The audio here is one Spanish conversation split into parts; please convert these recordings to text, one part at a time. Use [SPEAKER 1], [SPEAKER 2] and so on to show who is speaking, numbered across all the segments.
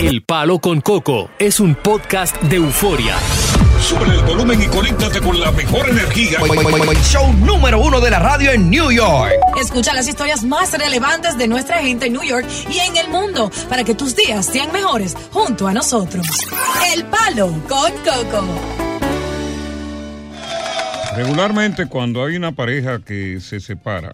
[SPEAKER 1] El Palo con Coco es un podcast de euforia.
[SPEAKER 2] Sube el volumen y conéctate con la mejor energía.
[SPEAKER 3] Show número uno de la radio en New York.
[SPEAKER 4] Escucha las historias más relevantes de nuestra gente en New York y en el mundo para que tus días sean mejores junto a nosotros. El Palo con Coco.
[SPEAKER 5] Regularmente cuando hay una pareja que se separa,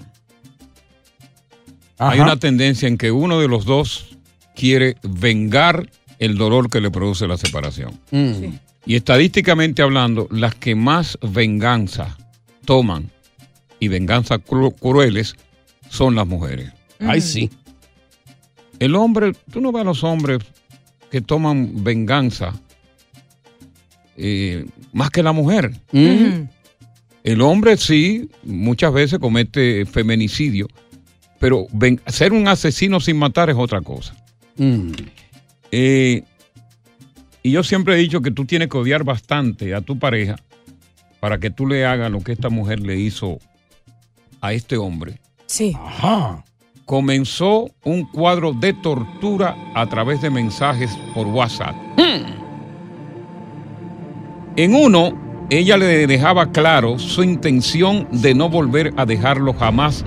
[SPEAKER 6] Ajá.
[SPEAKER 5] hay una tendencia en que uno de los dos quiere vengar el dolor que le produce la separación. Y estadísticamente hablando, las que más venganza toman y venganza cru- crueles son las mujeres.
[SPEAKER 7] Ay, sí.
[SPEAKER 5] El hombre, tú no ves a los hombres que toman venganza eh, más que la mujer. El hombre sí, muchas veces comete feminicidio, pero ven- ser un asesino sin matar es otra cosa. Eh, y yo siempre he dicho que tú tienes que odiar bastante a tu pareja para que tú le hagas lo que esta mujer le hizo a este hombre.
[SPEAKER 4] Sí.
[SPEAKER 5] Comenzó un cuadro de tortura a través de mensajes por WhatsApp. Hmm. En uno, ella le dejaba claro su intención de no volver a dejarlo jamás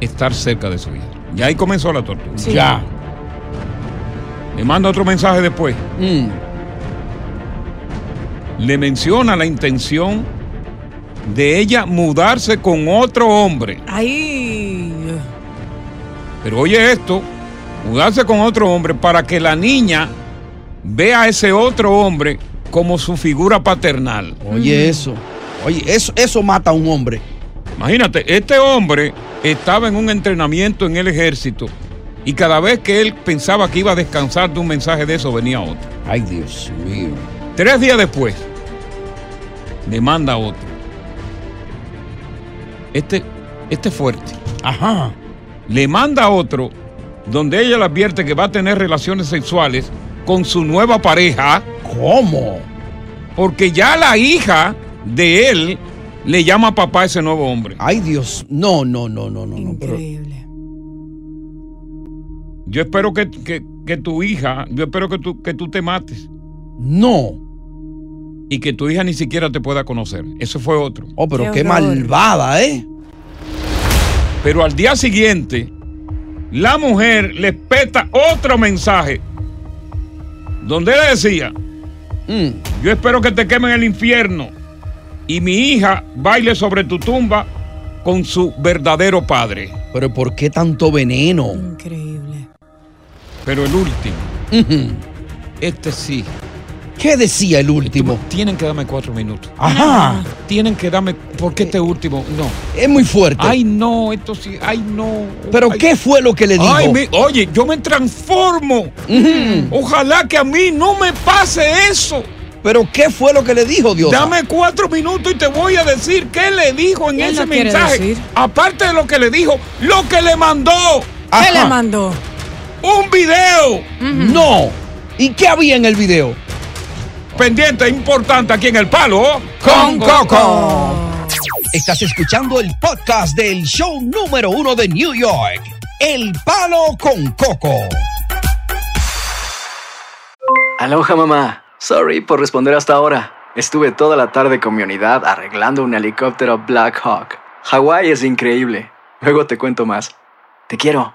[SPEAKER 5] estar cerca de su hija. Y ahí comenzó la tortura.
[SPEAKER 8] Sí. Ya.
[SPEAKER 5] Le manda otro mensaje después. Le menciona la intención de ella mudarse con otro hombre.
[SPEAKER 4] Ay.
[SPEAKER 5] Pero oye esto, mudarse con otro hombre para que la niña vea a ese otro hombre como su figura paternal.
[SPEAKER 7] Oye, eso. Oye, eso, eso mata a un hombre.
[SPEAKER 5] Imagínate, este hombre estaba en un entrenamiento en el ejército y cada vez que él pensaba que iba a descansar de un mensaje de eso venía otro. Ay, Dios mío. Tres días después, le manda otro. Este, este es fuerte. Ajá. Le manda otro donde ella le advierte que va a tener relaciones sexuales con su nueva pareja. ¿Cómo? Porque ya la hija de él le llama papá a ese nuevo hombre. Ay, Dios. No, no, no, no, no. Increíble. Yo espero que, que- que tu hija, yo espero que tú, que tú te mates. No. Y que tu hija ni siquiera te pueda conocer. Eso fue otro. Oh,
[SPEAKER 7] pero Qué qué horror. malvada,
[SPEAKER 5] ¿eh? Pero al día siguiente, la mujer le peta otro mensaje. Donde le decía, yo espero que te quemen el infierno y mi hija baile sobre tu tumba con su verdadero padre.
[SPEAKER 7] Pero ¿por qué tanto veneno?
[SPEAKER 5] Pero el último, este sí,
[SPEAKER 9] ¿Qué decía el último?
[SPEAKER 10] Tienen que darme cuatro minutos.
[SPEAKER 9] Ajá.
[SPEAKER 10] Tienen que darme. ¿Por qué este último? No.
[SPEAKER 9] Es muy fuerte.
[SPEAKER 10] Ay, no, esto sí. Ay, no.
[SPEAKER 9] ¿Pero
[SPEAKER 10] Ay.
[SPEAKER 9] qué fue lo que le dijo?
[SPEAKER 10] Ay, mi- oye, yo me transformo. Ojalá que a mí no me pase eso.
[SPEAKER 9] ¿Pero qué fue lo que le dijo Dios?
[SPEAKER 10] Dame cuatro minutos y te voy a decir qué le dijo en
[SPEAKER 4] ¿Qué
[SPEAKER 10] ese
[SPEAKER 4] lo quiere
[SPEAKER 10] mensaje.
[SPEAKER 4] decir?
[SPEAKER 10] Aparte de lo que le dijo, lo que le mandó.
[SPEAKER 4] ¿Qué le mandó?
[SPEAKER 10] Un video.
[SPEAKER 9] No. ¿Y qué había en el video?
[SPEAKER 10] Pendiente, importante aquí en el palo.
[SPEAKER 9] Estás escuchando el podcast del show número uno de New York, El Palo con Coco.
[SPEAKER 11] Aloha mamá. Sorry por responder hasta ahora. Estuve toda la tarde con mi unidad arreglando un helicóptero Black Hawk. Hawái es increíble. Luego te cuento más. Te quiero.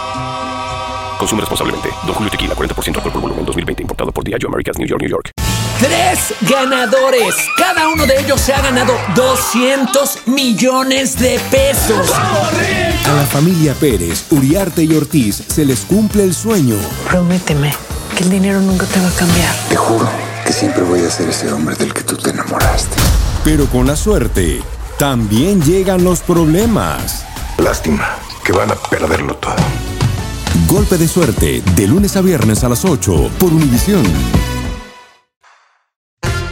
[SPEAKER 5] Consume responsablemente. Don Julio Tequila 40% alcohol por volumen 2020 importado por Diageo Americas New York, New York.
[SPEAKER 12] Tres ganadores. Cada uno de ellos se ha ganado 200 millones de pesos.
[SPEAKER 13] A la familia Pérez, Uriarte y Ortiz se les cumple el sueño.
[SPEAKER 14] Prométeme que el dinero nunca te va a cambiar.
[SPEAKER 15] Te juro que siempre voy a ser ese hombre del que tú te enamoraste.
[SPEAKER 13] Pero con la suerte, también llegan los problemas.
[SPEAKER 15] Lástima que van a perderlo todo.
[SPEAKER 13] Golpe de suerte, de lunes a viernes a las 8 por Univisión.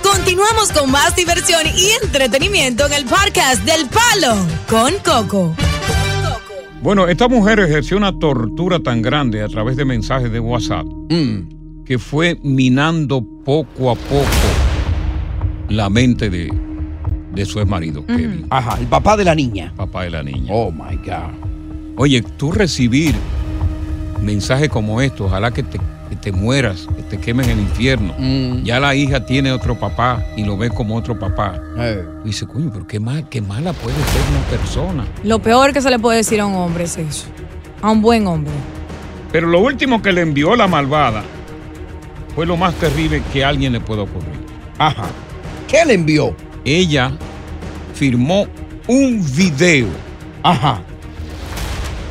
[SPEAKER 4] Continuamos con más diversión y entretenimiento en el podcast del Palo con Coco.
[SPEAKER 10] Bueno, esta mujer ejerció una tortura tan grande a través de mensajes de WhatsApp
[SPEAKER 9] Mm.
[SPEAKER 10] que fue minando poco a poco la mente de, de su ex marido, Kevin.
[SPEAKER 9] Ajá, el papá de la niña.
[SPEAKER 10] Papá de la niña.
[SPEAKER 9] Oh my God.
[SPEAKER 10] Oye, tú recibir mensajes como estos, ojalá que te, que te mueras, que te quemen en el infierno.
[SPEAKER 9] Mm.
[SPEAKER 10] Ya la hija tiene otro papá y lo ve como otro papá. Y dice, coño, pero qué, mal, qué mala puede ser una persona.
[SPEAKER 4] Lo peor que se le puede decir a un hombre es eso. A un buen hombre.
[SPEAKER 10] Pero lo último que le envió la malvada fue lo más terrible que a alguien le pueda ocurrir. Ajá.
[SPEAKER 9] ¿Qué le envió?
[SPEAKER 10] Ella firmó un video. Ajá.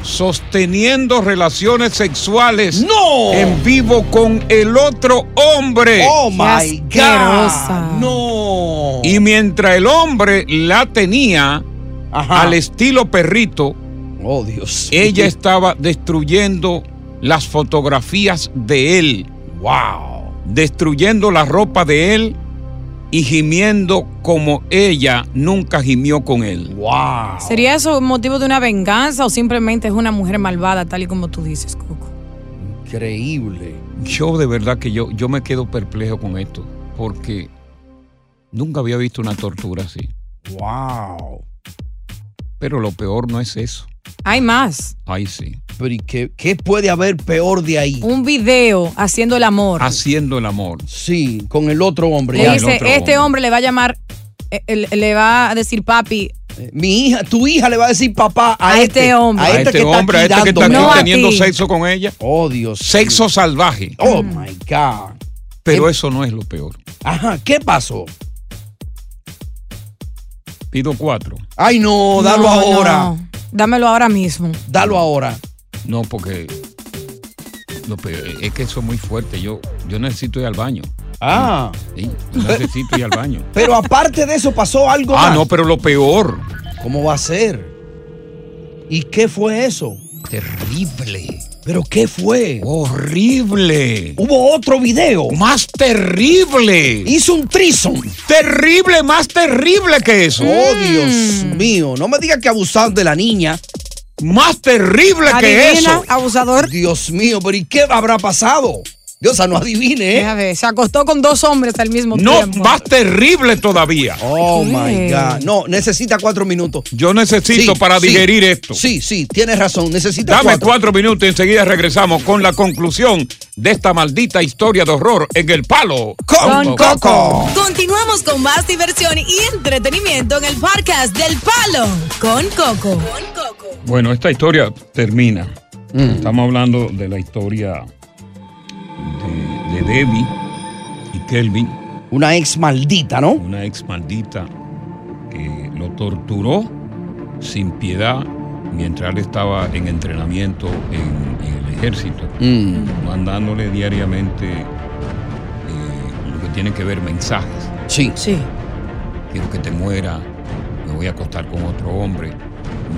[SPEAKER 10] Sosteniendo relaciones sexuales.
[SPEAKER 9] ¡No!
[SPEAKER 10] En vivo con el otro hombre.
[SPEAKER 9] Oh my God. No.
[SPEAKER 10] Y mientras el hombre la tenía al estilo perrito,
[SPEAKER 9] Oh Dios.
[SPEAKER 10] ella estaba destruyendo las fotografías de él. ¡Wow! Destruyendo la ropa de él y gimiendo como ella nunca gimió con él.
[SPEAKER 9] ¡Wow!
[SPEAKER 4] ¿Sería eso un motivo de una venganza o simplemente es una mujer malvada, tal y como tú dices, Coco?
[SPEAKER 9] Increíble.
[SPEAKER 10] Yo de verdad que yo, yo me quedo perplejo con esto, porque nunca había visto una tortura así.
[SPEAKER 9] Wow.
[SPEAKER 10] Pero lo peor no es eso.
[SPEAKER 4] Hay más.
[SPEAKER 10] Ay, sí.
[SPEAKER 9] Pero ¿y qué, qué puede haber peor de ahí?
[SPEAKER 4] Un video haciendo el amor.
[SPEAKER 10] Haciendo el amor.
[SPEAKER 9] Sí, con el otro Ah, hombre.
[SPEAKER 4] Le
[SPEAKER 9] Ya.
[SPEAKER 4] dice, este hombre. le va a llamar, eh, eh, le va a decir papi.
[SPEAKER 9] Mi hija, tu hija le va a decir papá a,
[SPEAKER 4] A este hombre.
[SPEAKER 9] A
[SPEAKER 10] A
[SPEAKER 9] este,
[SPEAKER 10] este
[SPEAKER 9] que
[SPEAKER 10] hombre, a
[SPEAKER 9] está
[SPEAKER 10] este que está aquí
[SPEAKER 9] dándome.
[SPEAKER 10] teniendo sexo con ella.
[SPEAKER 9] Oh, Dios.
[SPEAKER 10] Sexo salvaje.
[SPEAKER 9] Oh my God.
[SPEAKER 10] Pero eso no es lo peor.
[SPEAKER 9] Ajá, ¿qué pasó?
[SPEAKER 10] Pido cuatro.
[SPEAKER 9] Ay, no, dalo
[SPEAKER 4] No,
[SPEAKER 9] ahora.
[SPEAKER 4] no. Dámelo ahora mismo.
[SPEAKER 9] Dalo ahora.
[SPEAKER 10] No, porque. No, pero es que eso es muy fuerte. Yo, yo necesito ir al baño.
[SPEAKER 9] Ah.
[SPEAKER 10] Sí, yo necesito ir al baño.
[SPEAKER 9] Pero aparte de eso pasó algo
[SPEAKER 10] Ah,
[SPEAKER 9] más.
[SPEAKER 10] no, pero lo peor.
[SPEAKER 9] ¿Cómo va a ser? ¿Y qué fue eso?
[SPEAKER 10] Terrible.
[SPEAKER 9] ¿Pero qué fue?
[SPEAKER 10] Horrible.
[SPEAKER 9] Hubo otro video.
[SPEAKER 10] Más terrible.
[SPEAKER 9] Hizo un trison.
[SPEAKER 10] Terrible, más terrible que eso. Mm.
[SPEAKER 9] Oh, Dios mío. No me digas que abusaron de la niña.
[SPEAKER 10] Más terrible que
[SPEAKER 4] Adivina,
[SPEAKER 10] eso.
[SPEAKER 4] abusador.
[SPEAKER 9] Dios mío, pero ¿y qué habrá pasado?
[SPEAKER 16] Diosa, no adivine, ¿eh?
[SPEAKER 4] Deja ver, se acostó con dos hombres al mismo
[SPEAKER 10] No,
[SPEAKER 4] tiempo.
[SPEAKER 10] más terrible todavía.
[SPEAKER 16] Oh my God. No, necesita cuatro minutos.
[SPEAKER 10] Yo necesito
[SPEAKER 16] Sí,
[SPEAKER 10] para
[SPEAKER 16] sí.
[SPEAKER 10] digerir esto.
[SPEAKER 16] Sí, sí, tienes razón. Necesita
[SPEAKER 10] Dame
[SPEAKER 16] cuatro.
[SPEAKER 10] cuatro. minutos y enseguida regresamos con la conclusión de esta maldita historia de horror en el palo.
[SPEAKER 17] Con Continuamos con más diversión y entretenimiento en el podcast del Palo con Coco.
[SPEAKER 10] Bueno, esta historia termina. Estamos hablando de la historia de, de Debbie y Kelvin.
[SPEAKER 16] Una ex maldita, ¿no?
[SPEAKER 10] Una ex maldita que lo torturó sin piedad mientras él estaba en entrenamiento en, en el ejército, mandándole diariamente eh, lo que tiene que ver mensajes.
[SPEAKER 16] Sí.
[SPEAKER 4] Sí.
[SPEAKER 10] Quiero que te muera, me voy a acostar con otro hombre.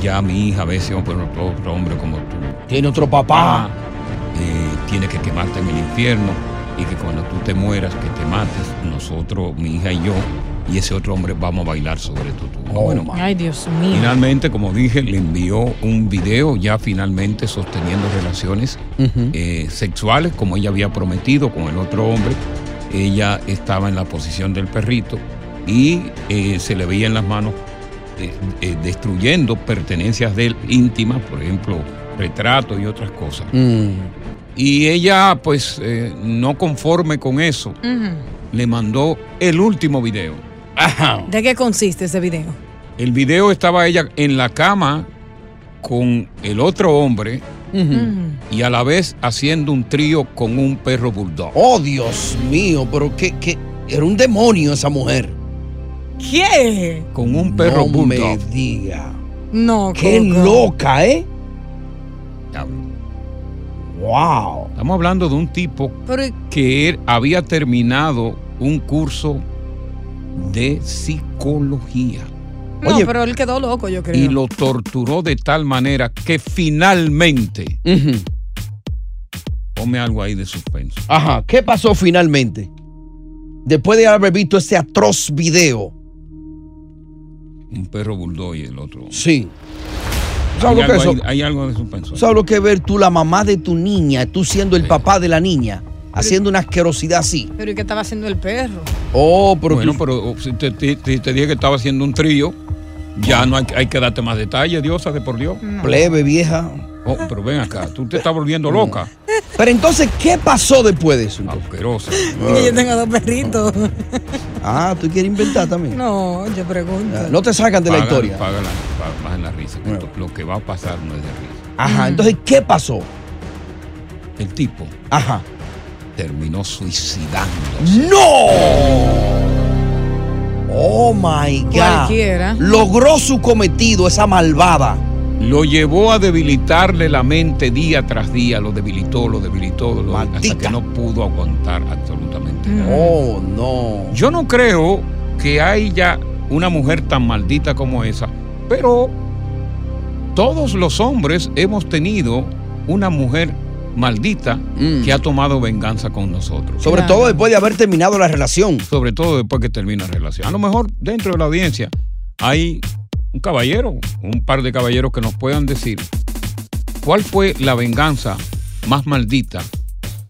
[SPEAKER 10] Ya mi hija a veces va a poner otro, otro hombre como tú.
[SPEAKER 16] Tiene otro papá.
[SPEAKER 10] Eh, tiene que quemarte en el infierno y que cuando tú te mueras, que te mates, nosotros, mi hija y yo, y ese otro hombre vamos a bailar sobre tu tumba. bueno,
[SPEAKER 4] Ay, Dios mío.
[SPEAKER 10] finalmente, como dije, le envió un video ya finalmente sosteniendo relaciones eh, sexuales, como ella había prometido con el otro hombre. Ella estaba en la posición del perrito y eh, se le veía en las manos eh, eh, destruyendo pertenencias de él íntimas, por ejemplo, retratos y otras cosas. Y ella, pues, eh, no conforme con eso,
[SPEAKER 4] Ujú.
[SPEAKER 10] le mandó el último video. Ajá.
[SPEAKER 4] ¿De qué consiste ese video?
[SPEAKER 10] El video estaba ella en la cama con el otro hombre
[SPEAKER 4] Ujú.
[SPEAKER 10] y a la vez haciendo un trío con un perro bulldog.
[SPEAKER 16] Oh, Dios mío, pero que, era un demonio esa mujer.
[SPEAKER 4] ¿Qué?
[SPEAKER 10] Con un
[SPEAKER 16] no
[SPEAKER 10] perro bulldog.
[SPEAKER 16] me diga.
[SPEAKER 4] No,
[SPEAKER 16] Qué
[SPEAKER 4] Coco.
[SPEAKER 16] loca, ¿eh? Wow.
[SPEAKER 10] Estamos hablando de un tipo
[SPEAKER 4] Pero,
[SPEAKER 10] que él había terminado un curso de psicología
[SPEAKER 4] no,
[SPEAKER 10] Oye.
[SPEAKER 4] pero él quedó loco, yo creo.
[SPEAKER 10] y lo torturó de tal manera que finalmente ponme algo ahí de suspenso.
[SPEAKER 16] Ajá, ¿qué pasó finalmente? Después de haber visto ese atroz video.
[SPEAKER 10] Un perro bulldog y el otro.
[SPEAKER 16] Sí. ¿Sabes
[SPEAKER 10] Hay
[SPEAKER 16] lo que
[SPEAKER 10] algo,
[SPEAKER 16] eso?
[SPEAKER 10] ahí- hay algo de suspenso.
[SPEAKER 16] ¿Sabes lo que es ver tú la mamá de tu niña, tú siendo el papá de la niña, haciendo una asquerosidad así?
[SPEAKER 4] Pero ¿y qué estaba haciendo el perro?
[SPEAKER 16] Oh, pero
[SPEAKER 10] bueno, pero oh, si te, te- te- te dije que estaba haciendo un trío, ya no hay, hay que darte más detalles, diosa de por Dios.
[SPEAKER 16] Plebe, vieja. Mm.
[SPEAKER 10] Oh, pero ven acá, tú te estás volviendo loca.
[SPEAKER 16] Pero entonces, ¿qué pasó después de eso?
[SPEAKER 10] Asquerosa.
[SPEAKER 4] Que yo tengo dos perritos.
[SPEAKER 16] Ah, tú quieres inventar también. Ah,
[SPEAKER 4] No, yo pregunto.
[SPEAKER 16] No te sacan de la
[SPEAKER 10] Págala,
[SPEAKER 16] historia.
[SPEAKER 10] págala, pa- baja la risa. que esto- Lo que va a pasar no es de risa.
[SPEAKER 16] Ajá, entonces, ¿qué pasó?
[SPEAKER 10] El tipo
[SPEAKER 16] Ajá.
[SPEAKER 10] terminó suicidando.
[SPEAKER 16] ¡No! Oh my God.
[SPEAKER 4] Cualquiera.
[SPEAKER 16] Logró su cometido, esa malvada.
[SPEAKER 10] Lo llevó a debilitarle la mente día tras día, lo debilitó, lo debilitó, lo- hasta que no pudo aguantar absolutamente nada.
[SPEAKER 16] Oh, no.
[SPEAKER 10] Yo no creo que haya una mujer tan maldita como esa, pero todos los hombres hemos tenido una mujer maldita que ha tomado venganza con nosotros.
[SPEAKER 16] Mm. Sobre todo después de haber terminado la relación.
[SPEAKER 10] Sobre todo después que termina la relación. A lo mejor dentro de la audiencia hay un caballero, un par de caballeros que nos puedan decir cuál fue la venganza más maldita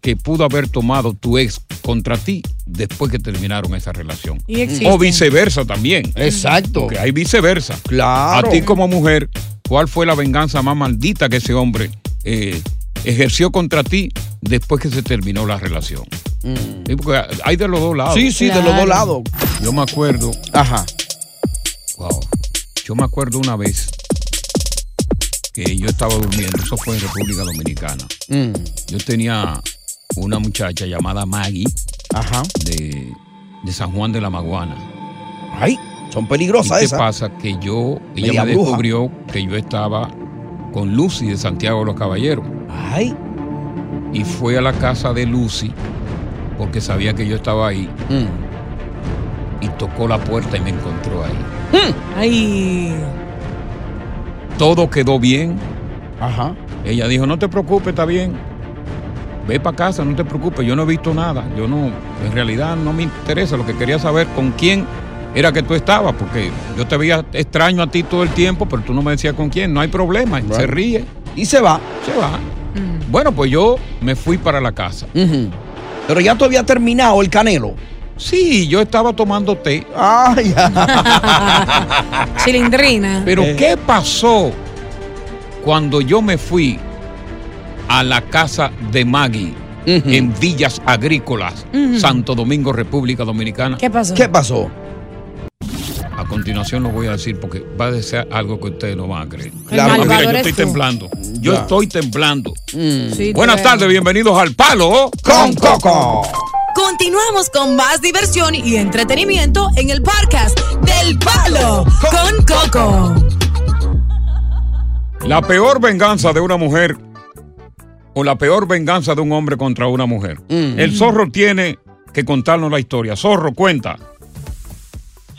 [SPEAKER 10] que pudo haber tomado tu ex contra ti después que terminaron esa relación.
[SPEAKER 4] Y
[SPEAKER 10] O
[SPEAKER 4] existen.
[SPEAKER 10] viceversa también.
[SPEAKER 16] Exacto.
[SPEAKER 10] Porque hay viceversa.
[SPEAKER 16] Claro.
[SPEAKER 10] A ti como mujer, ¿cuál fue la venganza más maldita que ese hombre eh, ejerció contra ti después que se terminó la relación? Sí, porque hay de los dos lados.
[SPEAKER 16] Mm. Sí, sí, de los dos lados.
[SPEAKER 10] Yo me acuerdo.
[SPEAKER 16] Ajá.
[SPEAKER 10] Wow. Yo me acuerdo una vez que yo estaba durmiendo. Eso fue en República Dominicana.
[SPEAKER 16] Mm.
[SPEAKER 10] Yo tenía una muchacha llamada Maggie. De, de San Juan de la Maguana.
[SPEAKER 16] Ay, son peligrosas
[SPEAKER 10] ¿Qué
[SPEAKER 16] esas.
[SPEAKER 10] pasa? Que yo, ella
[SPEAKER 16] Media
[SPEAKER 10] me
[SPEAKER 16] bruja.
[SPEAKER 10] descubrió que yo estaba con Lucy de Santiago de los Caballeros.
[SPEAKER 16] Ay.
[SPEAKER 10] Y fue a la casa de Lucy porque sabía que yo estaba ahí
[SPEAKER 16] Mm.
[SPEAKER 10] y tocó la puerta y me encontró ahí.
[SPEAKER 4] Ay.
[SPEAKER 10] Todo quedó bien.
[SPEAKER 16] Ajá.
[SPEAKER 10] Ella dijo, no te preocupes, está bien. Ve para casa, no te preocupes, yo no he visto nada. Yo no, en realidad no me interesa. Lo que quería saber con quién era que tú estabas, porque yo te veía extraño a ti todo el tiempo, pero tú no me decías con quién, no hay problema. Y Se ríe.
[SPEAKER 16] Y se va.
[SPEAKER 10] Se va. Bueno, pues yo me fui para la casa.
[SPEAKER 9] Pero ya tú habías terminado el canelo.
[SPEAKER 16] Sí, yo estaba tomando té.
[SPEAKER 9] Ah, ya.
[SPEAKER 18] Cilindrina.
[SPEAKER 16] Pero ¿qué pasó cuando yo me fui a la casa de Maggie en Villas Agrícolas,
[SPEAKER 18] Ujú.
[SPEAKER 16] Santo Domingo, República Dominicana?
[SPEAKER 18] ¿Qué pasó?
[SPEAKER 9] ¿Qué pasó?
[SPEAKER 16] A continuación lo voy a decir porque va a decir algo que ustedes no van a creer.
[SPEAKER 9] El
[SPEAKER 16] Ah,
[SPEAKER 9] malvado
[SPEAKER 16] mira, yo
[SPEAKER 9] eres
[SPEAKER 16] estoy
[SPEAKER 9] tú.
[SPEAKER 16] temblando. Yo
[SPEAKER 9] Ya.
[SPEAKER 16] estoy temblando.
[SPEAKER 4] Sí,
[SPEAKER 16] Mm. Buenas
[SPEAKER 4] te
[SPEAKER 16] tardes, bienvenidos al Palo con Coco.
[SPEAKER 4] Continuamos con más diversión y entretenimiento en el podcast del Palo con Coco.
[SPEAKER 16] La peor venganza de una mujer o la peor venganza de un hombre contra una mujer. El zorro tiene que contarnos la historia. Zorro, cuenta.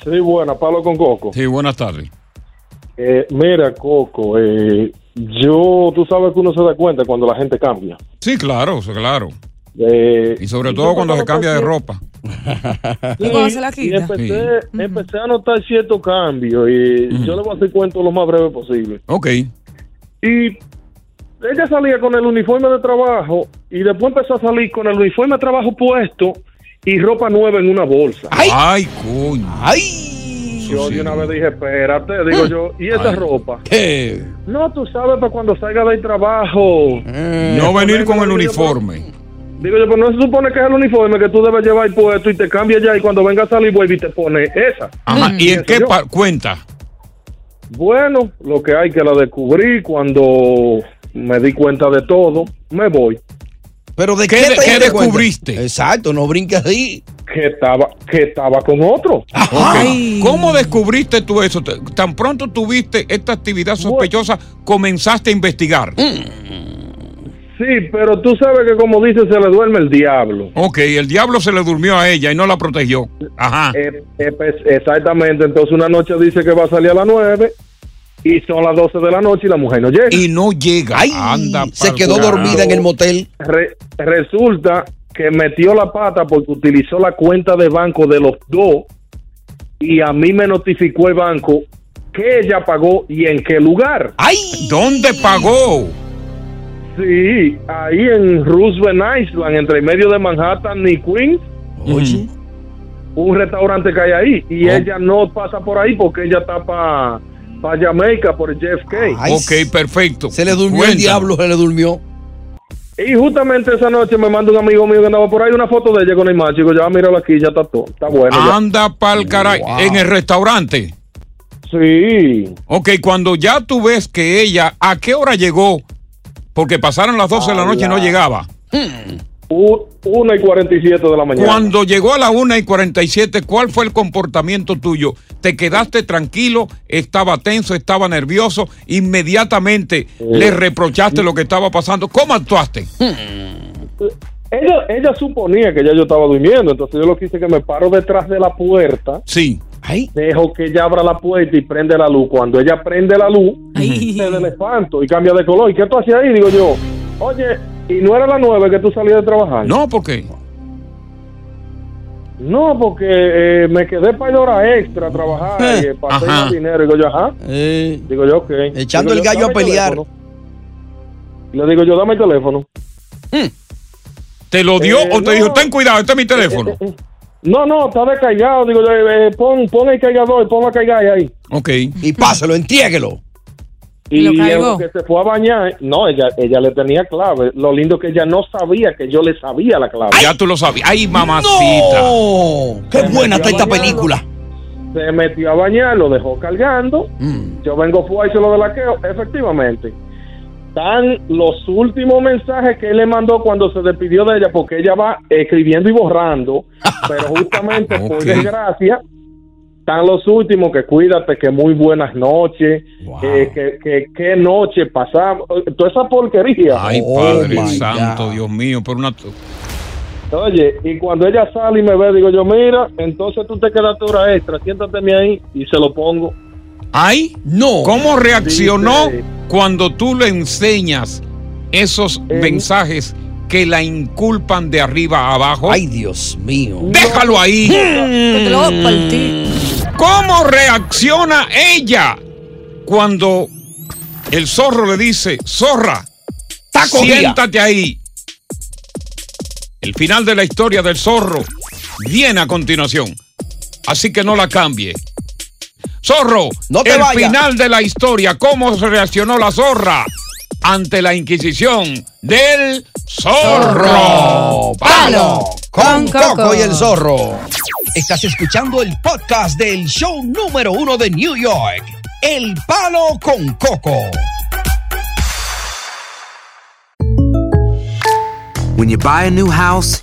[SPEAKER 10] Sí, buena, Pablo con Coco.
[SPEAKER 16] Sí, buenas tardes.
[SPEAKER 10] Eh, mira, Coco, eh, yo, tú sabes que uno se da cuenta cuando la gente cambia.
[SPEAKER 16] Sí, claro, claro.
[SPEAKER 10] Eh,
[SPEAKER 16] y sobre
[SPEAKER 10] yo
[SPEAKER 16] todo cuando se cambia de
[SPEAKER 10] empecé-
[SPEAKER 16] ropa.
[SPEAKER 10] Sí, y empecé, empecé a notar cierto cambio y yo le voy a hacer cuento lo más breve posible.
[SPEAKER 16] Ok.
[SPEAKER 10] Y ella salía con el uniforme de trabajo y después empezó a salir con el uniforme de trabajo puesto y ropa nueva en una bolsa.
[SPEAKER 16] ¡Ay, coño!
[SPEAKER 10] ¡Ay! Yo de una vez dije, espérate, digo yo, ¿y esa ropa?
[SPEAKER 16] ¿Qué?
[SPEAKER 10] No, tú sabes, para cuando salga del trabajo.
[SPEAKER 16] No venir con el uniforme.
[SPEAKER 10] Digo yo, pues no se supone que es el uniforme que tú debes llevar puesto y te cambia ya y cuando venga a salir vuelve y te pone esa.
[SPEAKER 16] Ajá, ¿y en qué pa- cuenta?
[SPEAKER 10] Bueno, lo que hay que la descubrí cuando me di cuenta de todo, me voy.
[SPEAKER 9] Pero de qué,
[SPEAKER 10] ¿Qué-
[SPEAKER 9] te
[SPEAKER 10] qué
[SPEAKER 9] diste cuenta?
[SPEAKER 10] descubriste?
[SPEAKER 9] Exacto, no brinques ahí.
[SPEAKER 10] Que estaba, que estaba con otro.
[SPEAKER 16] Ah, Ok. ¿Cómo descubriste tú eso? Te- Tan pronto tuviste esta actividad sospechosa, comenzaste a investigar.
[SPEAKER 10] Sí, pero tú sabes que como dice, se le duerme el diablo.
[SPEAKER 16] Ok, el diablo se le durmió a ella y no la protegió. Ah. Ajá.
[SPEAKER 10] Eh, eh, pues, exactamente, entonces una noche dice que va a salir a las 9 y son las 12 de la noche y la mujer no llega.
[SPEAKER 16] Y no llega. Anda
[SPEAKER 9] Se quedó
[SPEAKER 10] Ah.
[SPEAKER 9] dormida en el motel.
[SPEAKER 10] Re- resulta que metió la pata porque utilizó la cuenta de banco de los dos y a mí me notificó el banco que ella pagó y en qué lugar.
[SPEAKER 16] ¡Ay! ¿Dónde pagó?
[SPEAKER 10] Sí, ahí en Roosevelt Island, entre el medio de Manhattan y Queens.
[SPEAKER 9] Oye.
[SPEAKER 10] Un restaurante que hay ahí y
[SPEAKER 16] Oh.
[SPEAKER 10] ella no pasa por ahí porque ella está para pa Jamaica por JFK.
[SPEAKER 16] ok, perfecto.
[SPEAKER 9] Se le durmió el
[SPEAKER 10] Cuéntame.
[SPEAKER 9] diablo, se le durmió.
[SPEAKER 10] Y justamente esa noche me manda un amigo mío que andaba por ahí una foto de ella con la imagen. Digo, ya mírala aquí, ya está todo. Está bueno. ya.
[SPEAKER 16] Anda pa'l caray. En el restaurante.
[SPEAKER 10] Sí.
[SPEAKER 16] Ok, cuando ya tú ves que ella, ¿a qué hora llegó? Porque pasaron las 12 de la noche y no llegaba.
[SPEAKER 10] U- 1 y 47 de la mañana.
[SPEAKER 16] Cuando llegó a la 1 y 47, ¿cuál fue el comportamiento tuyo? ¿Te quedaste tranquilo? ¿Estaba tenso? ¿Estaba nervioso? ¿Inmediatamente le reprochaste lo que estaba pasando? ¿Cómo actuaste?
[SPEAKER 10] Ella, ella suponía que ya yo estaba durmiendo, entonces yo lo que hice es que me paro detrás de la puerta.
[SPEAKER 16] Sí.
[SPEAKER 10] Dejo que ella abra la puerta y prende la luz. Cuando ella prende la luz, se le espanto y cambia de color. ¿Y qué tú hacías ahí? Digo yo, oye, ¿y no era la 9 que tú salías de trabajar?
[SPEAKER 16] No, ¿por qué?
[SPEAKER 10] No, porque eh, me quedé para hora extra a trabajar y eh, para hacer
[SPEAKER 9] Ajá. Eh,
[SPEAKER 10] más dinero. Digo yo, ajá. Digo yo, ok.
[SPEAKER 9] Echando
[SPEAKER 10] Digo
[SPEAKER 9] el
[SPEAKER 10] yo,
[SPEAKER 9] gallo
[SPEAKER 10] dame
[SPEAKER 9] a
[SPEAKER 10] el
[SPEAKER 9] pelear.
[SPEAKER 10] teléfono. Le digo yo, dame el teléfono.
[SPEAKER 16] ¿Te lo dio
[SPEAKER 10] Eh,
[SPEAKER 16] o te
[SPEAKER 10] no. Eh,
[SPEAKER 16] dijo, ten cuidado, este es mi teléfono?
[SPEAKER 10] No, no, está descargado. Digo yo, eh, pon, pon el cargador, pon la cargada ahí.
[SPEAKER 16] Ok.
[SPEAKER 9] Y pásalo, entiéguelo.
[SPEAKER 10] Y
[SPEAKER 9] ¿Lo
[SPEAKER 10] en
[SPEAKER 9] cargó?
[SPEAKER 10] lo que se fue a bañar, no, ella, ella le tenía clave. Lo lindo que ella no sabía que yo le sabía la clave.
[SPEAKER 16] Ya tú lo sabías. ¡Ay, mamacita!
[SPEAKER 9] ¡No! ¡Qué buena está esta película!
[SPEAKER 10] Se metió a bañar, lo dejó cargando. Yo vengo fuera y se lo delaqueo. Efectivamente. Están los últimos mensajes que él le mandó cuando se despidió de ella, porque ella va escribiendo y borrando. pero justamente, por
[SPEAKER 16] Ok.
[SPEAKER 10] desgracia, están los últimos que cuídate, que muy buenas noches, eh, que, que, que noche pasamos. eh, Toda esa porquería.
[SPEAKER 16] Ay, Padre
[SPEAKER 9] Oh,
[SPEAKER 16] Santo, Dios mío, por una...
[SPEAKER 10] Oye, y cuando ella sale y me ve, digo yo, mira, entonces tú te quedaste hora extra, siéntateme ahí y se lo pongo.
[SPEAKER 16] ¡Ay! No. ¿Cómo reaccionó cuando tú le enseñas esos mensajes que la inculpan de arriba a abajo? ¡Ay,
[SPEAKER 9] Dios mío!
[SPEAKER 16] ¡Déjalo ahí!
[SPEAKER 18] te lo voy a partir.
[SPEAKER 16] ¿Cómo reacciona ella cuando el zorro le dice, zorra,
[SPEAKER 9] Está cogida.
[SPEAKER 16] siéntate ahí? El final de la historia del zorro viene a continuación. Así que no la cambie. Zorro,
[SPEAKER 9] No te
[SPEAKER 16] el
[SPEAKER 9] vayas.
[SPEAKER 16] final de la historia, cómo se reaccionó la zorra ante la Inquisición del zorro.
[SPEAKER 9] Oh, Palo con Coco y el Zorro. Estás escuchando el podcast del show número uno de New York, El Palo con Coco.
[SPEAKER 19] When you buy a new house,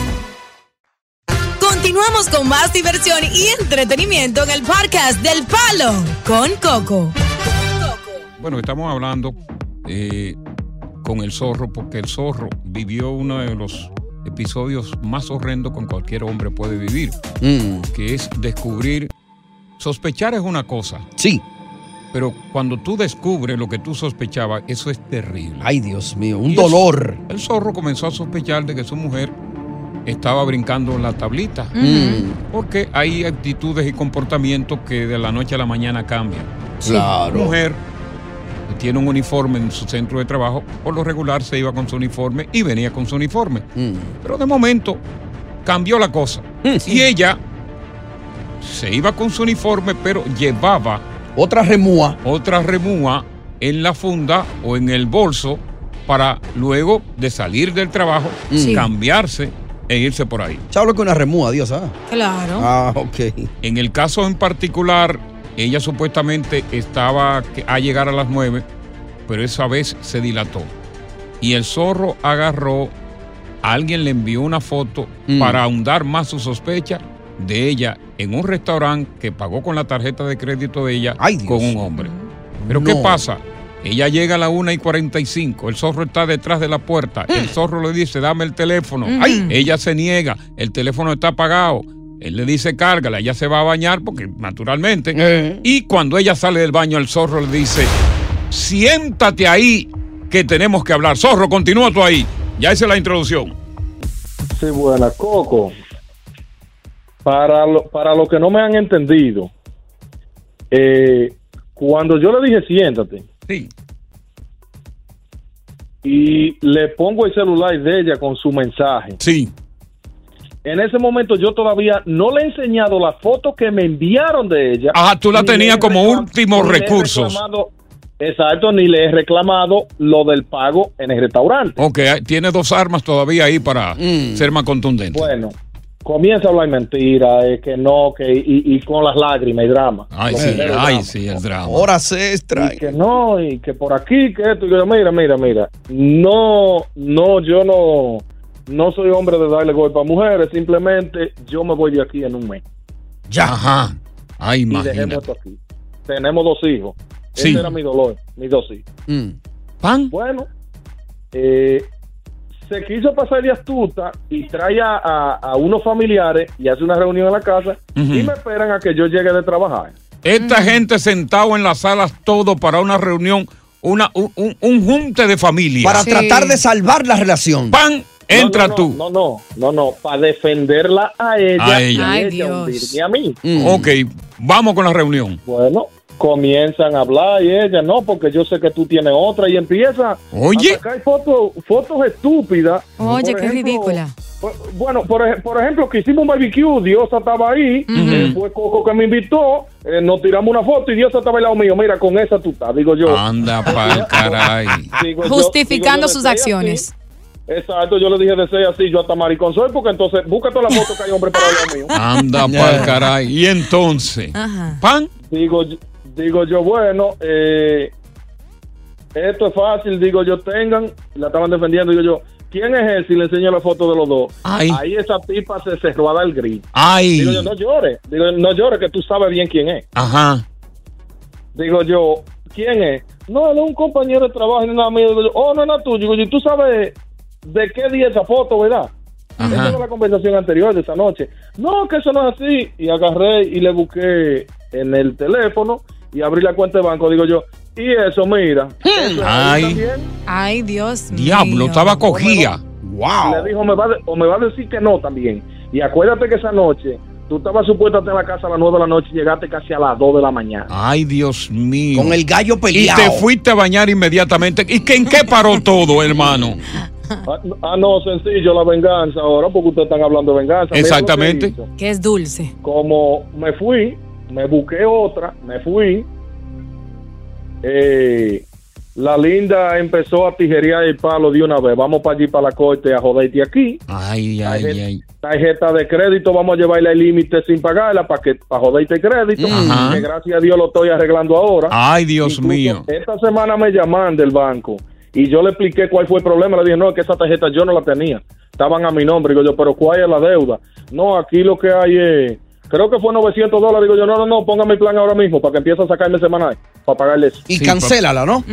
[SPEAKER 4] Continuamos con más diversión y entretenimiento en el podcast del Palo con Coco.
[SPEAKER 16] Bueno, estamos hablando eh, con el zorro porque el zorro vivió uno de los episodios más horrendos con cualquier hombre puede vivir,
[SPEAKER 9] Mm.
[SPEAKER 16] que es descubrir, sospechar es una cosa.
[SPEAKER 9] Sí.
[SPEAKER 16] Pero cuando tú descubres lo que tú sospechabas, eso es terrible.
[SPEAKER 9] Ay, Dios mío, un
[SPEAKER 16] Y el-
[SPEAKER 9] dolor.
[SPEAKER 16] El zorro comenzó a sospechar de que su mujer estaba brincando en la tablita.
[SPEAKER 9] Mm.
[SPEAKER 16] Porque hay actitudes y comportamientos que de la noche a la mañana cambian.
[SPEAKER 9] Sí. Claro.
[SPEAKER 16] Mujer que tiene un uniforme en su centro de trabajo, por lo regular se iba con su uniforme y venía con su uniforme. Pero de momento cambió la cosa. Y ella se iba con su uniforme, pero llevaba
[SPEAKER 9] otra remúa.
[SPEAKER 16] Otra remúa en la funda o en el bolso para luego de salir del trabajo,
[SPEAKER 9] Sí.
[SPEAKER 16] cambiarse e irse por ahí.
[SPEAKER 9] Chao lo que una remúa, Dios, ¿ah?
[SPEAKER 4] Claro.
[SPEAKER 9] Ah, ok.
[SPEAKER 16] En el caso en particular, ella supuestamente estaba que- a llegar a las 9, pero esa vez se dilató. Y el zorro agarró, alguien le envió una foto
[SPEAKER 9] Mm.
[SPEAKER 16] para ahondar más su sospecha de ella en un restaurante que pagó con la tarjeta de crédito de ella con un hombre. Pero ¿qué
[SPEAKER 9] No.
[SPEAKER 16] pasa? Ella llega a la 1 y 45, el zorro está detrás de la puerta,
[SPEAKER 9] Mm.
[SPEAKER 16] el zorro le dice, dame el teléfono.
[SPEAKER 9] Ujú.
[SPEAKER 16] Ay, ella se niega, el teléfono está apagado. Él le dice, cárgala, ella se va a bañar porque naturalmente. Y cuando ella sale del baño, el zorro le dice, siéntate ahí que tenemos que hablar. Zorro, continúa tú ahí. Ya hice la introducción.
[SPEAKER 10] Sí, buena, Coco. Para lo, para lo que no me han entendido, eh, cuando yo le dije siéntate,
[SPEAKER 16] Sí.
[SPEAKER 10] y le pongo el celular de ella con su mensaje.
[SPEAKER 16] Sí.
[SPEAKER 10] En ese momento yo todavía no le he enseñado la foto que me enviaron de ella.
[SPEAKER 16] Ajá, Ah, tú la
[SPEAKER 10] Ni le
[SPEAKER 16] tenías
[SPEAKER 10] he
[SPEAKER 16] como
[SPEAKER 10] reclam-
[SPEAKER 16] último
[SPEAKER 10] ni le he
[SPEAKER 16] recurso.
[SPEAKER 10] reclamado- Exacto, ni le he reclamado lo del pago en el restaurante.
[SPEAKER 16] Ok, tiene dos armas todavía ahí para ser más contundente.
[SPEAKER 10] Mm. Bueno, comienza a hablar mentira, eh, que no, que y, y con las lágrimas y drama.
[SPEAKER 16] Ay,
[SPEAKER 10] Lo
[SPEAKER 16] sí,
[SPEAKER 10] primero,
[SPEAKER 16] ay,
[SPEAKER 10] drama.
[SPEAKER 16] sí, el drama.
[SPEAKER 9] Horas extra.
[SPEAKER 10] Y que no, y que por aquí, que esto, y yo, mira, mira, mira. No, no, yo no, no soy hombre de darle golpe a mujeres, simplemente yo me voy de aquí en un mes.
[SPEAKER 16] Ya. Ajá. Ay,
[SPEAKER 10] Y dejemos
[SPEAKER 16] imagínate.
[SPEAKER 10] esto aquí. Tenemos dos hijos.
[SPEAKER 16] Sí.
[SPEAKER 10] Ese era mi dolor, mis dos hijos.
[SPEAKER 16] ¿Pan?
[SPEAKER 10] Bueno, eh, se quiso pasar de astuta y trae a, a- a unos familiares y hace una reunión en la casa
[SPEAKER 16] Ujú.
[SPEAKER 10] y me esperan a que yo llegue de trabajar.
[SPEAKER 16] Esta gente sentado en las salas todo para una reunión, una, un, un, un junte de familia.
[SPEAKER 9] Para tratar de salvar la relación.
[SPEAKER 16] ¡Pan! Entra
[SPEAKER 10] no,
[SPEAKER 16] tú.
[SPEAKER 10] No, no, no, no, para defenderla a ella.
[SPEAKER 16] A ella.
[SPEAKER 10] y
[SPEAKER 16] Ay,
[SPEAKER 10] ella hundirme a mí.
[SPEAKER 16] Ok, vamos con la reunión.
[SPEAKER 10] Bueno, comienzan a hablar y ella, no, porque yo sé que tú tienes otra y empieza
[SPEAKER 16] Oye.
[SPEAKER 10] a sacar fotos, fotos estúpidas.
[SPEAKER 20] Oye,
[SPEAKER 10] Por
[SPEAKER 20] qué
[SPEAKER 10] ejemplo,
[SPEAKER 20] ridícula.
[SPEAKER 10] por- Bueno, por, ej- por ejemplo, que hicimos un barbecue, Diosa estaba ahí, eh, fue Coco que me invitó, eh, nos tiramos una foto y Diosa estaba al lado mío, mira, con esa tú estás, digo yo.
[SPEAKER 16] Anda, pal, Ah, caray.
[SPEAKER 10] Digo yo-
[SPEAKER 20] Justificando
[SPEAKER 10] digo yo,
[SPEAKER 20] sus
[SPEAKER 10] "Estoy
[SPEAKER 20] acciones.
[SPEAKER 21] Exacto, yo le dije de ser así, yo hasta maricón soy, porque entonces busca todas las fotos que hay hombre para lo mío.
[SPEAKER 16] Anda pa'l caray. Y entonces, ¿Pan?
[SPEAKER 21] Digo, yo- digo yo, bueno, eh, esto es fácil, digo yo, tengan, la estaban defendiendo, digo yo, ¿quién es él si le enseño la foto de los dos?
[SPEAKER 16] Ay.
[SPEAKER 21] Ahí esa tipa se cerró a dar grito.
[SPEAKER 16] Ay.
[SPEAKER 21] Digo yo, no llores, digo yo, no llores, que tú sabes bien quién es.
[SPEAKER 16] Ajá.
[SPEAKER 21] Digo yo, ¿quién es? No, él es un compañero de trabajo, no es un amigo. Digo yo, oh, no, no es tuyo. Digo yo, tú sabes de qué día esa foto, ¿verdad? Esa era la conversación anterior de esa noche. No, que eso no es así. Y agarré y le busqué en el teléfono y abrí la cuenta de banco. Digo yo, y eso, mira. Eso es ahí
[SPEAKER 16] Ay.
[SPEAKER 21] también.
[SPEAKER 22] Ay, Dios
[SPEAKER 16] Diablo,
[SPEAKER 22] mío.
[SPEAKER 16] estaba cogida. Wow.
[SPEAKER 21] Le dijo, me va de- o me va a decir que no también. Y acuérdate que esa noche, tú estabas supuesta a estar en la casa a las 9 de la noche y llegaste casi a las 2 de la mañana.
[SPEAKER 16] Ay, Dios mío.
[SPEAKER 21] Con el gallo
[SPEAKER 16] Y
[SPEAKER 21] peleado.
[SPEAKER 16] te fuiste a bañar inmediatamente. ¿Y que en qué paró todo, hermano?
[SPEAKER 21] Ah, no- ah, no, sencillo, la venganza ahora, porque ustedes están hablando de venganza. Mira lo que
[SPEAKER 16] Exactamente.
[SPEAKER 21] hizo.
[SPEAKER 22] Que es dulce.
[SPEAKER 21] Como me fui, me busqué otra, me fui. eh, la linda empezó a tijerear el palo de una vez. Vamos para allí, para la corte, a joderte aquí.
[SPEAKER 16] Ay, ay, ay.
[SPEAKER 21] Tarjeta de crédito, vamos a llevarla al límite sin pagarla para que para joderte el crédito.
[SPEAKER 16] Mm. Ajá. Ah,
[SPEAKER 21] Que gracias a Dios lo estoy arreglando ahora.
[SPEAKER 16] Ay, Dios mío.
[SPEAKER 21] Esta semana me llaman del banco y yo le expliqué cuál fue el problema. Le dije, no, es que esa tarjeta yo no la tenía. Estaban a mi nombre. Digo yo, pero ¿cuál es la deuda? No, aquí lo que hay es... Creo que fue 900 dólares. Digo yo, no, no, no, ponga mi plan ahora mismo para que empiece a sacarme semanal para pagarle eso. Eh,
[SPEAKER 9] Y cancélala, ¿no?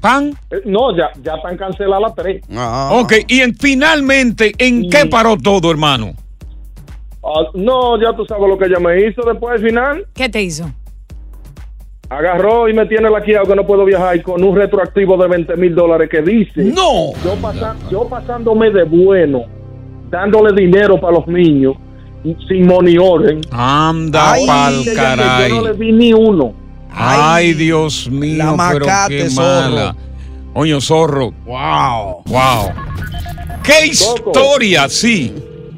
[SPEAKER 16] ¿Pan?
[SPEAKER 21] No, ya, ya están canceladas las tres.
[SPEAKER 16] Ok, y en- finalmente, ¿en qué paró todo, hermano?
[SPEAKER 21] Ah, no, ya tú sabes lo que ella me hizo después del final.
[SPEAKER 22] ¿Qué te hizo?
[SPEAKER 21] Agarró y me tiene laqueado que no puedo viajar y con un retroactivo de 20 mil dólares que dice.
[SPEAKER 9] ¡No!
[SPEAKER 21] Yo, pasa- yo pasándome de bueno, dándole dinero para los niños, sin money orden.
[SPEAKER 16] Anda
[SPEAKER 21] Ahora
[SPEAKER 16] pa'l
[SPEAKER 21] dice ella que
[SPEAKER 16] caray.
[SPEAKER 21] Yo no le di ni uno.
[SPEAKER 16] Ay, Dios mío,
[SPEAKER 21] La
[SPEAKER 16] pero
[SPEAKER 21] macate,
[SPEAKER 16] qué
[SPEAKER 21] zorro.
[SPEAKER 16] mala. Oño, zorro. Wow. Wow. ¡Qué historia, sí!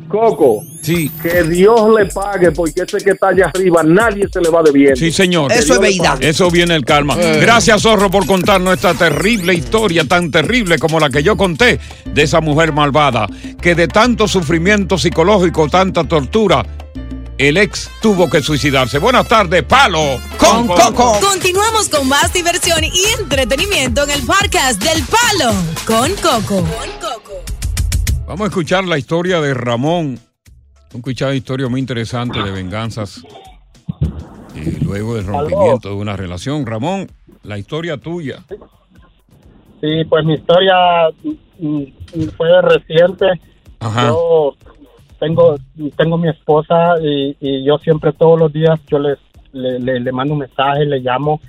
[SPEAKER 21] Coco.
[SPEAKER 16] Sí.
[SPEAKER 21] Que Dios le pague, porque ese que está allá arriba, nadie se le va debiendo.
[SPEAKER 16] Sí, señor.
[SPEAKER 21] Que Dios le pague.
[SPEAKER 16] Eso viene el karma.
[SPEAKER 21] Eh.
[SPEAKER 16] Gracias, Zorro, por contarnos esta terrible historia, tan terrible como la que yo conté de esa mujer malvada, que de tanto sufrimiento psicológico, tanta tortura, el ex tuvo que suicidarse. Buenas tardes, Palo con, Coco.
[SPEAKER 4] Continuamos con más diversión y entretenimiento en el podcast del Palo con Coco.
[SPEAKER 16] Vamos a escuchar la historia de Ramón. Hemos escuchado historias muy interesantes de venganzas eh, luego del rompimiento de una relación. Ramón, la historia tuya.
[SPEAKER 10] Sí, pues mi historia mm, mm, fue reciente.
[SPEAKER 16] Ajá.
[SPEAKER 10] Yo tengo tengo mi esposa y, y yo siempre todos los días yo les le, le- le mando un mensaje, le llamo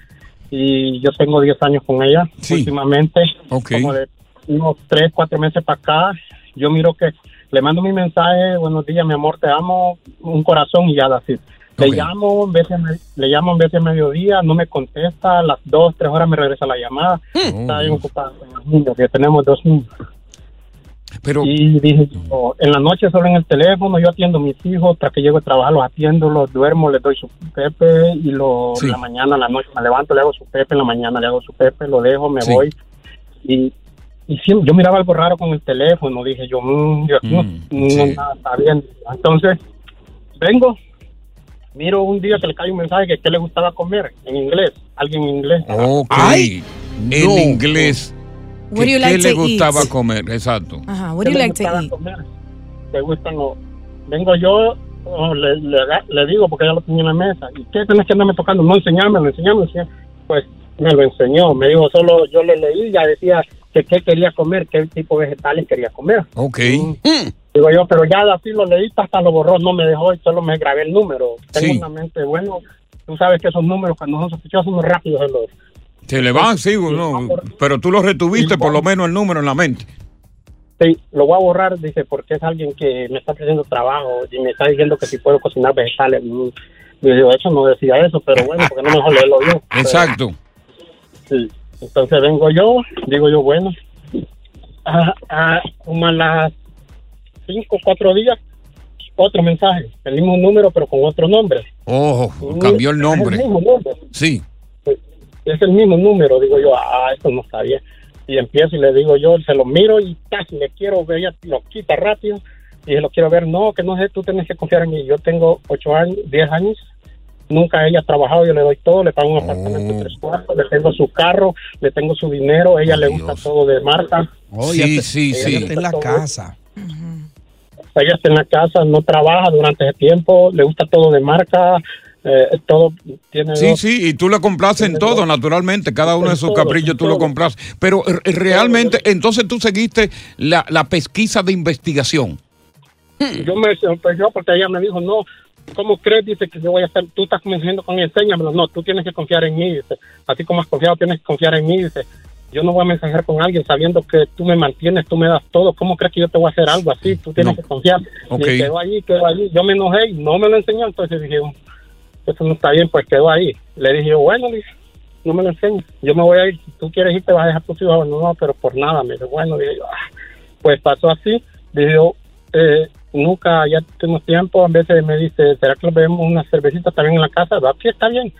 [SPEAKER 10] y yo tengo 10 años con ella últimamente. Como de unos 3, 4 meses para acá, yo miro que le mando mi mensaje, buenos días, mi amor, te amo, un corazón y ya así. Le
[SPEAKER 23] Ok.
[SPEAKER 10] llamo, en veces me- le llamo en veces mediodía, no me contesta, a las 2, 3 horas me regresa la llamada. Está bien ocupada con los niños, que tenemos dos niños.
[SPEAKER 16] Pero,
[SPEAKER 10] y dije, yo, en la noche solo en el teléfono, yo atiendo a mis hijos, tras que llego a trabajar los atiendo, los duermo, les doy su pepe y lo,
[SPEAKER 24] Sí.
[SPEAKER 10] en la mañana, en la noche me levanto, le hago su pepe, en la mañana le hago su pepe, lo dejo, me
[SPEAKER 24] Sí.
[SPEAKER 10] voy. Y, y siempre- yo miraba algo raro con el teléfono, dije yo, "Mm, yo aquí no- no, nada está bien. Entonces, vengo, miro un día que le cae un mensaje que qué le gustaba comer en inglés, alguien en inglés.
[SPEAKER 16] Ok. en
[SPEAKER 10] no.
[SPEAKER 16] inglés. ¿Qué,
[SPEAKER 10] What do you
[SPEAKER 16] qué
[SPEAKER 10] like
[SPEAKER 16] le
[SPEAKER 10] to eat?
[SPEAKER 16] gustaba comer? Exacto.
[SPEAKER 22] Ajá, what do you like to eat?
[SPEAKER 10] te gustan o vengo yo o le, le, aga- le digo porque ya lo tenía en la mesa y qué tenés que andarme tocando no enseñármelo enseñármelo enseñá-". pues me lo enseñó me dijo solo yo le leí ya decía que qué quería comer qué tipo de vegetales quería comer
[SPEAKER 16] Ok.
[SPEAKER 10] digo yo pero ya así lo leí hasta lo borró no me dejó y solo me grabé el número tengo
[SPEAKER 16] Sí.
[SPEAKER 10] una mente bueno tú sabes que esos números cuando son sospechosos son rápidos se los
[SPEAKER 16] Se le van, sí, no, pero tú lo retuviste por lo menos el número en la mente.
[SPEAKER 10] Sí, lo voy a borrar, dice, porque es alguien que me está ofreciendo trabajo y me está diciendo que si puedo cocinar vegetales. Mm. Yo digo, eso no decía eso, pero bueno, porque no mejor leerlo yo.
[SPEAKER 16] Exacto.
[SPEAKER 10] Sí. Entonces vengo yo, digo yo, bueno, a, a como a las cinco, cuatro días, otro mensaje, el mismo número, pero con otro nombre.
[SPEAKER 16] Ojo, cambió el nombre.
[SPEAKER 10] Es el mismo nombre.
[SPEAKER 16] Sí.
[SPEAKER 10] Es el mismo número, digo yo, ah, esto no está bien. y empiezo y le digo yo, se lo miro y ¡tas! le quiero ver, ella lo quita rápido y se lo quiero ver, no, que no sé, tú tienes que confiar en mí, yo tengo 8 años, 10 años, nunca ella ha trabajado, yo le doy todo, le pago un apartamento de tres cuartos, le tengo su carro, le tengo su dinero, ella le gusta todo de Marta.
[SPEAKER 9] Oh, ya Sí, te- sí, ella sí. está en la casa.
[SPEAKER 10] Ella está en la casa, no trabaja durante ese tiempo, le gusta todo de marca, eh, todo tiene
[SPEAKER 16] Sí,
[SPEAKER 10] dos-
[SPEAKER 16] sí, y tú la complaces en todo, naturalmente. Cada uno de sus caprichos tú lo complaces. Pero eh, realmente, entonces tú seguiste la, la pesquisa de investigación.
[SPEAKER 10] Yo me sorprendió porque ella me dijo, no, ¿cómo crees? Dice que yo voy a hacer, tú estás convenciendo con enséñamelo. No, tú tienes que confiar en mí, dice. Así como has confiado, tienes que confiar en mí, dice. Yo no voy a mensajear con alguien sabiendo que tú me mantienes, tú me das todo. ¿Cómo crees que yo te voy a hacer algo así? Tú tienes que confiar.
[SPEAKER 16] Ok.
[SPEAKER 10] Y quedó allí, quedó allí. Yo me enojé y no me lo enseñó. Entonces dije, "Oh, eso no está bien, pues quedó ahí. Le dije, yo, bueno, le dije, no me lo enseñes. Yo me voy a ir. Si tú quieres ir, te vas a dejar tus hijos. No, no, pero por nada. Me dijo, bueno, dije yo, ah. pues pasó así. Dije yo, eh, nunca, ya tenemos tiempo. A veces me dice, ¿será que nos bebemos una cervecita también en la casa? Va, sí, está bien.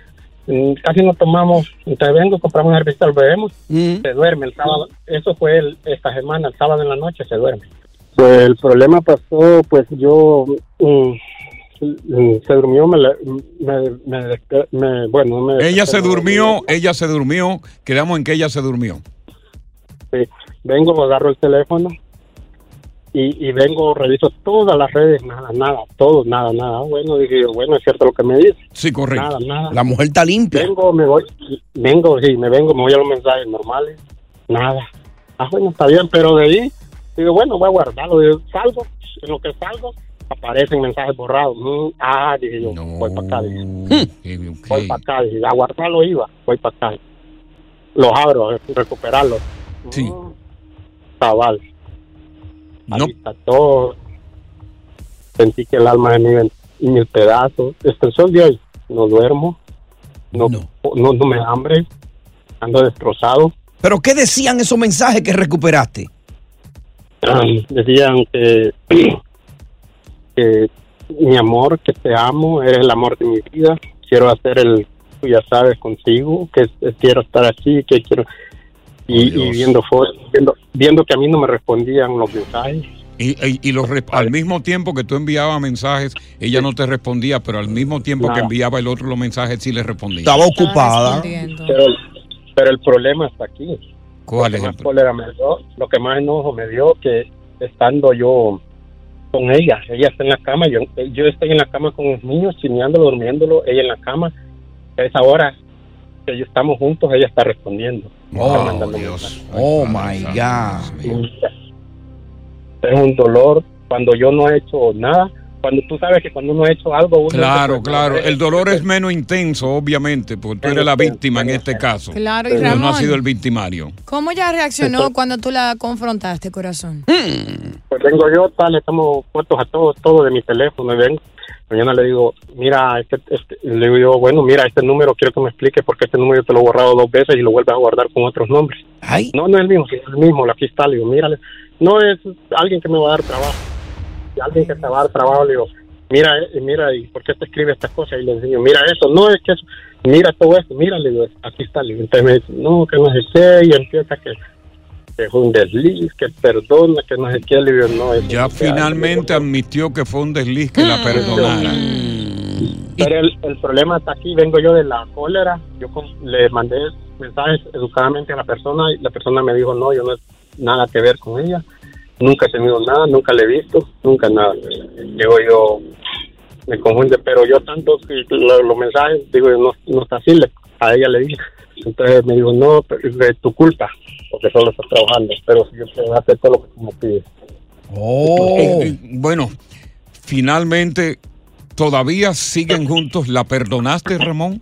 [SPEAKER 10] Mm, Casi no tomamos, entonces vengo, compramos una cervecita, lo bebemos. Se duerme el sábado. Eso fue el- esta semana, el sábado en la noche se duerme. Pues el problema pasó, pues yo mm, mm, se durmió, me, le- me, me despe- me- bueno, me
[SPEAKER 16] Ella se
[SPEAKER 10] desperté,
[SPEAKER 16] durmió, ella se durmió. Quedamos en que ella se durmió.
[SPEAKER 10] sí. este, vengo, agarro el teléfono y, y vengo, reviso todas las redes, nada, nada, todo, nada, nada. Bueno, dije, yo, bueno, es cierto lo que me dice.
[SPEAKER 16] Sí, correcto.
[SPEAKER 10] Nada, nada.
[SPEAKER 9] La mujer está limpia.
[SPEAKER 10] Vengo, me voy, vengo, sí, me vengo, me voy a los mensajes normales, nada. Ah, bueno, está bien, pero de ahí, digo, bueno, voy a guardarlo, digo, salgo, en lo que salgo, aparecen mensajes borrados. Mm, ah, dije yo, voy para acá, dije. Voy para acá, dije, a guardarlo iba, voy para acá. Los abro, a recuperarlos.
[SPEAKER 16] Sí.
[SPEAKER 10] Mm, Cabal. No. todo. Sentí que el alma de mí y mil pedazos. Estresó el día hoy. No duermo. No, no. no, me da hambre. Ando destrozado.
[SPEAKER 9] ¿Pero qué decían esos mensajes que recuperaste?
[SPEAKER 10] Am, decían que, que mi amor, que te amo, eres el amor de mi vida, quiero hacer el, tú ya sabes, contigo, que eh, quiero estar así, que quiero... Y, y viendo, fotos, viendo viendo que a mí no me respondían los mensajes.
[SPEAKER 16] Y, y- y los re- al mismo tiempo que tú enviabas mensajes, ella no te respondía, pero al mismo tiempo que
[SPEAKER 10] Nada.
[SPEAKER 16] enviaba el otro los mensajes, sí le respondía.
[SPEAKER 10] Pero, pero el problema está aquí.
[SPEAKER 16] ¿Cuál
[SPEAKER 10] lo
[SPEAKER 16] es
[SPEAKER 10] que
[SPEAKER 16] el
[SPEAKER 10] más cólera me dio, lo que más enojo me dio que estando yo con ella, ella está en la cama, yo, yo estoy en la cama con los niños, chineándolo, durmiéndolo, ella en la cama, a esa hora que yo estamos juntos, ella está respondiendo. Está
[SPEAKER 9] Oh,
[SPEAKER 10] mandando
[SPEAKER 9] Dios. Oh, my God.
[SPEAKER 10] es un dolor cuando yo no he hecho nada, cuando tú sabes que cuando uno ha hecho algo... uno
[SPEAKER 16] Claro,
[SPEAKER 10] dice, pues,
[SPEAKER 16] claro. El dolor es menos intenso, obviamente, porque tú eres la víctima en este caso.
[SPEAKER 22] Claro, y
[SPEAKER 16] Tú no
[SPEAKER 22] Ramón.
[SPEAKER 16] has sido el victimario.
[SPEAKER 22] ¿Cómo ella reaccionó cuando tú la confrontaste, corazón?
[SPEAKER 10] Pues vengo yo, tal, le tomo fotos a todo, todo de mi teléfono, y vengo. Mañana le digo, mira, este, este- le digo yo, bueno, mira, este número quiero que me explique porque este número yo te lo he borrado dos veces y lo vuelves a guardar con otros nombres. No, no es el mismo, sí, es el mismo, aquí está, le digo, mírale. No es alguien que me va a dar trabajo. Y alguien que te va a dar trabajo, le digo, mira, eh, mira, ¿y por qué te escribe estas cosas? Y le enseño, mira eso, no es que eso, mira todo esto, mira, le digo, aquí está, le digo. Entonces me dice, no, que no sé qué, y empieza que que fue un desliz, que perdona, que no sé qué, le digo, no, eso
[SPEAKER 16] Ya
[SPEAKER 10] no se hace.
[SPEAKER 16] finalmente admitió que fue un desliz que la perdonara.
[SPEAKER 10] Pero el, el problema está aquí, vengo yo de la cólera, yo con- le mandé mensajes educadamente a la persona y la persona me dijo, no, yo no nada que ver con ella, nunca he tenido nada, nunca le he visto, nunca nada. Digo yo, me confunde, pero yo tanto que lo- los mensajes, digo yo, no, no está así, le- a ella le dije. Entonces me dijo, no, pero es tu culpa, porque solo estás trabajando, pero yo te voy a hacer todo lo que tú me pides.
[SPEAKER 9] Oh.
[SPEAKER 16] Eh, eh, bueno, finalmente, ¿todavía siguen juntos? ¿La perdonaste, Ramón?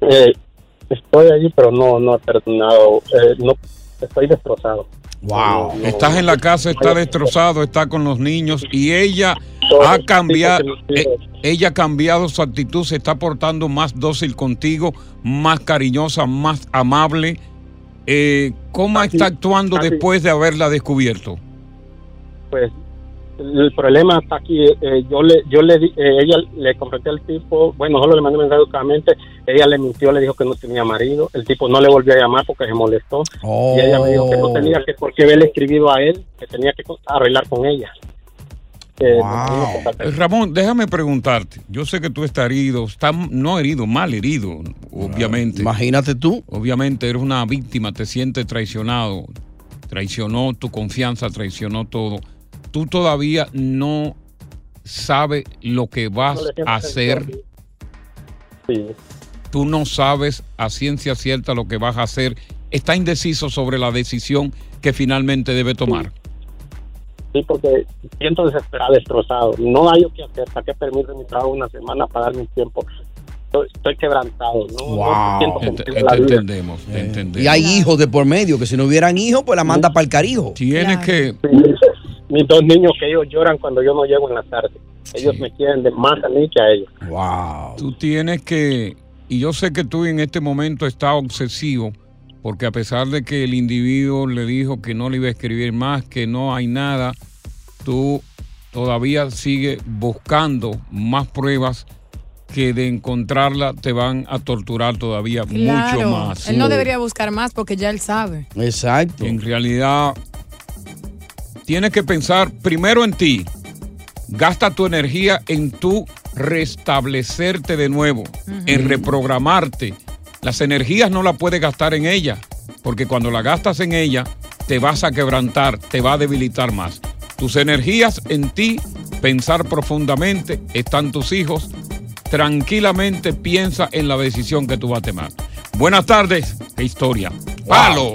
[SPEAKER 10] Eh, estoy allí, pero no, no he perdonado. eh, no, estoy destrozado. Wow.
[SPEAKER 16] Estás en la casa, está destrozado, está con los niños y ella ha cambiado, eh, ella ha cambiado su actitud, se está portando más dócil contigo, más cariñosa, más amable. Eh, ¿Cómo está actuando después de haberla descubierto?
[SPEAKER 10] Pues el problema está aquí. eh, yo le, yo le, di- eh, ella le confronté al tipo. Bueno, solo le mandé mensaje educadamente. Ella le mintió, le dijo que no tenía marido. El tipo no le volvió a llamar porque se molestó. Y ella me dijo que no tenía que por qué haberle escribido a él, que tenía que co- arreglar con ella. Eh,
[SPEAKER 16] Eh, Ramón, déjame preguntarte. Yo sé que tú estás herido, está, no herido, mal herido, obviamente.
[SPEAKER 15] imagínate tú.
[SPEAKER 16] Obviamente eres una víctima, te sientes traicionado. Traicionó tu confianza, traicionó todo. Tú todavía no sabes lo que vas
[SPEAKER 10] No le siento
[SPEAKER 16] a hacer.
[SPEAKER 10] Sí.
[SPEAKER 16] Tú no sabes a ciencia cierta lo que vas a hacer. Está indeciso sobre la decisión que finalmente debe tomar.
[SPEAKER 10] Sí, porque siento desesperado, destrozado. No hay lo que hacer. Saqué permiso de mi trabajo una semana para darme un tiempo. Estoy, estoy quebrantado. No, no siento
[SPEAKER 16] Ent-
[SPEAKER 10] cumplir
[SPEAKER 16] ent-
[SPEAKER 10] Ah. la vida.
[SPEAKER 16] entendemos, te entendemos.
[SPEAKER 15] Y hay hijos de por medio, que si no hubieran hijos, pues la manda para el carijo.
[SPEAKER 16] Tienes que.
[SPEAKER 10] Mis dos niños que ellos lloran cuando yo no llego en la tarde. Ellos me quieren de más a mí que a ellos.
[SPEAKER 15] Wow.
[SPEAKER 16] Tú tienes que, y yo sé que tú en este momento estás obsesivo, porque a pesar de que el individuo le dijo que no le iba a escribir más, que no hay nada, tú todavía sigues buscando más pruebas que de encontrarla te van a torturar todavía mucho
[SPEAKER 25] Claro,
[SPEAKER 16] más.
[SPEAKER 25] Él no debería buscar más porque ya él sabe.
[SPEAKER 15] Exacto.
[SPEAKER 16] En realidad, tienes que pensar primero en ti. Gasta tu energía en tu restablecerte de nuevo, en reprogramarte. Las energías no las puedes gastar en ella, porque cuando la gastas en ella, te vas a quebrantar, te va a debilitar más. Tus energías en ti, pensar profundamente, están tus hijos. Tranquilamente piensa en la decisión que tú vas a tomar. Buenas tardes, qué historia. Palo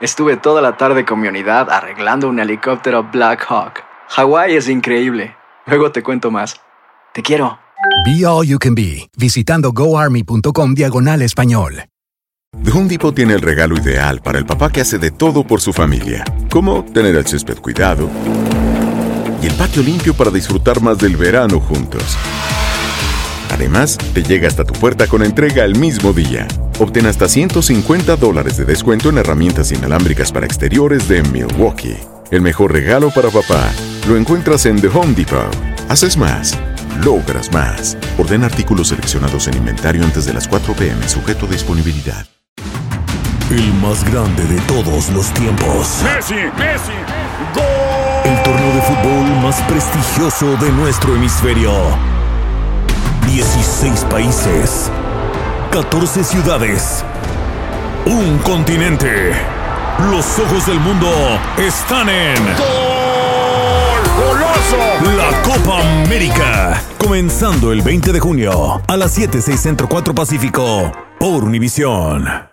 [SPEAKER 9] Estuve toda la tarde con mi unidad arreglando un helicóptero Black Hawk. Hawái es increíble. Luego te cuento más. Te quiero.
[SPEAKER 26] Be All You Can Be, visitando goarmy.com diagonal español.
[SPEAKER 27] The Home Depot tiene el regalo ideal para el papá que hace de todo por su familia, como tener el césped cuidado y el patio limpio para disfrutar más del verano juntos. Además, te llega hasta tu puerta con entrega el mismo día. Obtén hasta 150 dólares de descuento en herramientas inalámbricas para exteriores de Milwaukee. El mejor regalo para papá lo encuentras en The Home Depot. Haces más, logras más. Orden artículos seleccionados en inventario antes de las 4 p.m. sujeto a disponibilidad.
[SPEAKER 28] El más grande de todos los tiempos.
[SPEAKER 29] Messi, Messi,
[SPEAKER 28] El torneo de fútbol más prestigioso de nuestro hemisferio. 16 países. 14 ciudades. Un continente. Los ojos del mundo están en... La Copa América. Comenzando el 20 de junio a las 7, 6, Centro 4 Pacífico por Univisión.